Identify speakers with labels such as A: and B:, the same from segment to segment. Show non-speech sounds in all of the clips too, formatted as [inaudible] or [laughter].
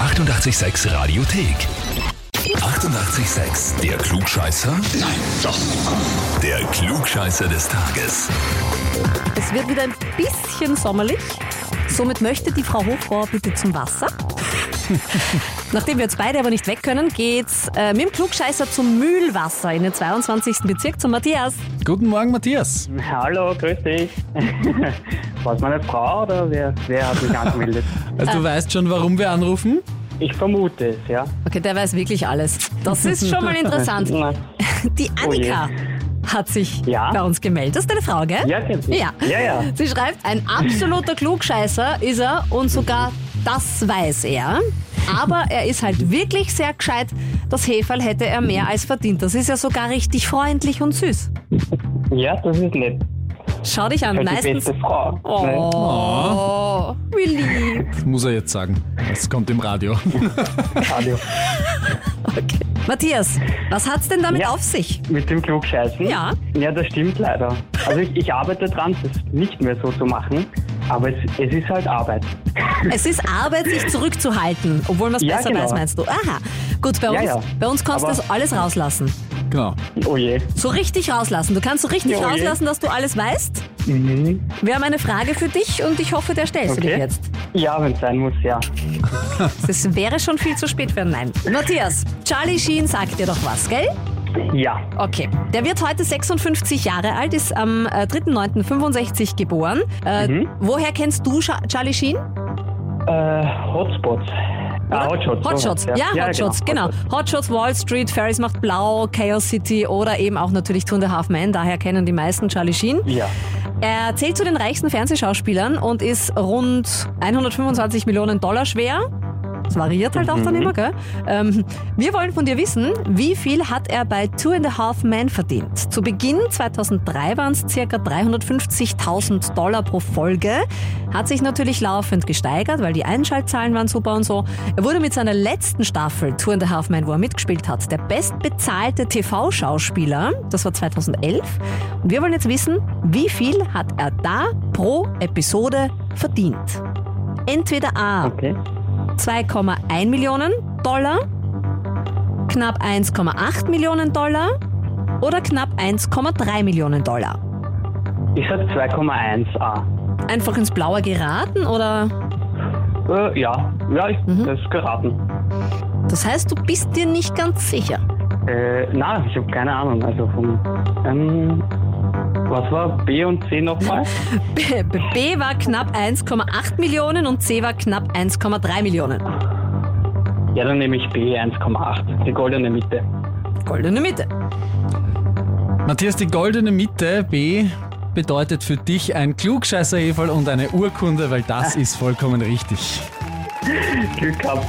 A: 886 Radiothek. 88,6. Der Klugscheißer? Nein, doch. Der Klugscheißer des Tages.
B: Es wird wieder ein bisschen sommerlich. Somit möchte die Frau Hofbauer bitte zum Wasser. [laughs] Nachdem wir jetzt beide aber nicht weg können, geht's äh, mit dem Klugscheißer zum Mühlwasser in den 22. Bezirk zum Matthias.
C: Guten Morgen, Matthias.
D: Hallo, grüß
B: [laughs]
D: dich. War es meine Frau oder wer, wer hat mich angemeldet?
C: Also du weißt schon, warum wir anrufen?
D: Ich vermute es, ja.
B: Okay, der weiß wirklich alles. Das ist schon [laughs] mal interessant.
D: Na,
B: [laughs] Die Annika hat sich
D: Oh Ja?
B: bei uns gemeldet. Das ist deine Frau, gell?
D: Ja, kennt sie.
B: Ja.
D: Ja, ja.
B: Sie schreibt, ein
D: [laughs]
B: absoluter Klugscheißer ist er und sogar das weiß er. Aber er ist halt wirklich sehr gescheit. Das Heferl hätte er mehr als verdient. Das ist ja sogar richtig freundlich und süß.
D: Ja, das ist nett.
B: Schau dich an,
D: Halt die
B: meistens.
D: beste Frau.
B: Oh,
D: Ne?
B: oh, wie
D: [laughs]
B: lieb.
C: Das Ah, muss er jetzt sagen. Das kommt im Radio. [laughs]
D: Radio.
B: Matthias, was hat's denn damit
D: Ja.
B: auf sich?
D: Mit dem Klugscheißen?
B: Ja.
D: Ja, das stimmt leider. Also ich, ich arbeite dran, das nicht mehr so zu machen, aber es, es ist halt Arbeit.
B: Es ist Arbeit, sich zurückzuhalten, obwohl man es
D: Ja,
B: besser
D: genau.
B: weiß, meinst du? Aha. Gut, bei uns,
D: Ja, ja.
B: Bei uns kannst du
D: Aber-
B: das alles rauslassen.
C: Genau.
D: Oh je.
B: So richtig rauslassen. Du kannst so richtig
D: Ja, oh je.
B: rauslassen, dass du alles weißt. Wir haben eine Frage für dich und ich hoffe, der stellst du
D: Okay.
B: dir jetzt.
D: Ja, wenn es sein muss, ja.
B: Das wäre schon viel zu spät für ein Nein. Matthias, Charlie Sheen sagt dir doch was, gell?
D: Ja.
B: Okay. Der wird heute 56 Jahre alt, ist am äh, 3.9.65 geboren. Äh,
D: Mhm.
B: Woher kennst du Scha Charlie Sheen?
D: Äh, Hotspots. Ah, Hotshots.
B: Hotshots, oh. ja, Hotshots, genau. Hotshots, Wall Street, Ferris macht blau, Chaos City oder eben auch natürlich Tunde Half Man, daher kennen die meisten Charlie Sheen.
D: Ja.
B: Er zählt zu den reichsten Fernsehschauspielern und ist rund 125 Millionen Dollar schwer. Das variiert halt auch dann immer, gell? Ähm, wir wollen von dir wissen, wie viel hat er bei Two and a Half Men verdient? Zu Beginn 2003 waren es circa 350.000 Dollar pro Folge. Hat sich natürlich laufend gesteigert, weil die Einschaltzahlen waren super und so. Er wurde mit seiner letzten Staffel Two and a Half Men, wo er mitgespielt hat, der bestbezahlte TV-Schauspieler. Das war 2011. Und wir wollen jetzt wissen, wie viel hat er da pro Episode verdient? Entweder A.
D: Okay.
B: 2,1 Millionen Dollar, knapp 1,8 Millionen Dollar oder knapp 1,3 Millionen Dollar?
D: Ich sag 2,1a.
B: Einfach ins Blaue geraten oder?
D: Äh, ja, ja, ich, das ist geraten.
B: Das heißt, du bist dir nicht ganz sicher. [laughs]
D: Äh, na, ich habe keine Ahnung. Also vom, ähm, was war B und C nochmal?
B: B, B war knapp 1,8 Millionen und C war knapp 1,3 Millionen.
D: ja, dann nehme ich B 1,8, die goldene Mitte.
B: Goldene Mitte.
C: Matthias, die goldene Mitte, B, bedeutet für dich ein Klugscheißerheferl und eine Urkunde, weil das ist vollkommen richtig.
D: Glück gehabt.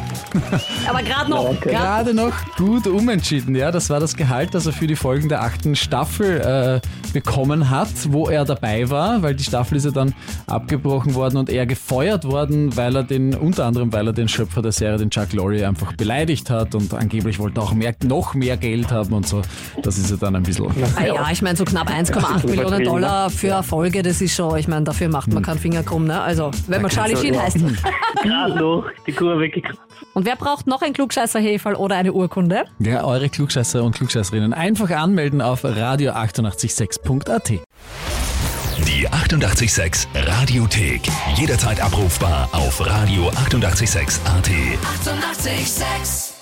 B: Aber gerade noch.
D: Ja, okay.
B: grad-
C: Gerade noch gut umentschieden, ja. Das war das Gehalt, das er für die Folgen der achten Staffel äh, bekommen hat, wo er dabei war, weil die Staffel ist ja dann abgebrochen worden und er gefeuert worden, weil er den, unter anderem weil er den Schöpfer der Serie, den Chuck Lorre, einfach beleidigt hat und angeblich wollte er auch mehr, noch mehr Geld haben und so. Das ist ja dann ein bisschen.
B: Ah ja, ich meine, so knapp 1,8 Millionen Dollar für Erfolge, das ist schon, ich meine, dafür macht man keinen Finger krumm, ne? Also, wenn man Charlie Sheen heißt.
D: Gerade noch die Kurve gekriegt.
B: Und wer braucht noch ein Klugscheißerheferl oder eine Urkunde?
C: Ja, eure Klugscheißer und Klugscheißerinnen einfach anmelden auf radio886.at.
A: Die 88,6 Radiothek. Jederzeit abrufbar auf radio886.at. 88,6.
E: Eighty-eight, sex.